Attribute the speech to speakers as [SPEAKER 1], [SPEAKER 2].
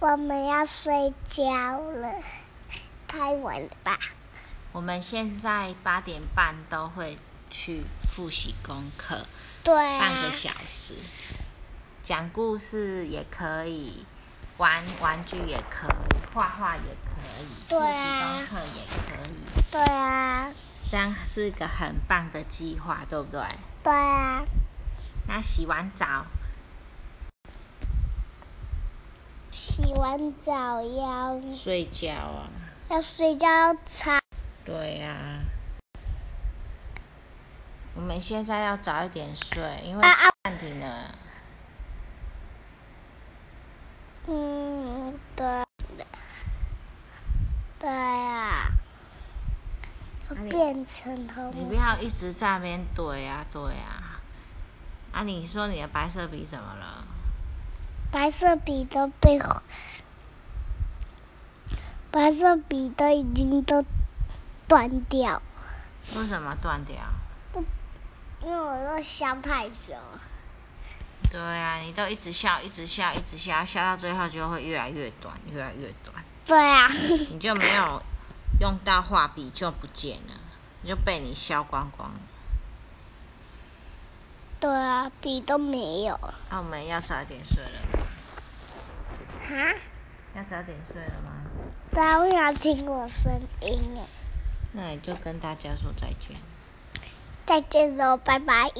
[SPEAKER 1] 我们要睡觉了，太晚了吧？
[SPEAKER 2] 我们现在八点半都会去复习功课，
[SPEAKER 1] 对
[SPEAKER 2] 半
[SPEAKER 1] 啊
[SPEAKER 2] 个，小时，讲故事也可以，玩玩具也可以，画画也可以，
[SPEAKER 1] 对
[SPEAKER 2] 复
[SPEAKER 1] 啊
[SPEAKER 2] 习功课也可以，
[SPEAKER 1] 嗯对啊，
[SPEAKER 2] 这样是个很棒的计划，对不对？
[SPEAKER 1] 对啊，
[SPEAKER 2] 那洗完澡，
[SPEAKER 1] 洗完澡要
[SPEAKER 2] 睡觉啊，
[SPEAKER 1] 要睡觉要擦，
[SPEAKER 2] 对呀、我们现在要早一点睡，因为
[SPEAKER 1] 啊啊
[SPEAKER 2] 暂停了。
[SPEAKER 1] 嗯，对，对啊，要
[SPEAKER 2] 哪里
[SPEAKER 1] 变成红
[SPEAKER 2] 你不要一直在那边怼啊怼啊！啊，你说你的白色笔怎么了？
[SPEAKER 1] 白色笔都被红白色笔都已经都断掉，
[SPEAKER 2] 为什么断掉？
[SPEAKER 1] 因为我都笑太久了。
[SPEAKER 2] 对啊，你都一直笑，一直笑，一直笑，笑到最后就会越来越短，越来越短，
[SPEAKER 1] 对啊，
[SPEAKER 2] 你就没有用到画笔就不见了，就被你笑光光了。
[SPEAKER 1] 对啊，笔都没有了。
[SPEAKER 2] 啊那、我们要早点睡了吗，
[SPEAKER 1] 哈？
[SPEAKER 2] 要早点睡了吗？
[SPEAKER 1] 大家为啥听我声音哎？
[SPEAKER 2] 那你就跟大家说再见。
[SPEAKER 1] 再见喽，拜拜。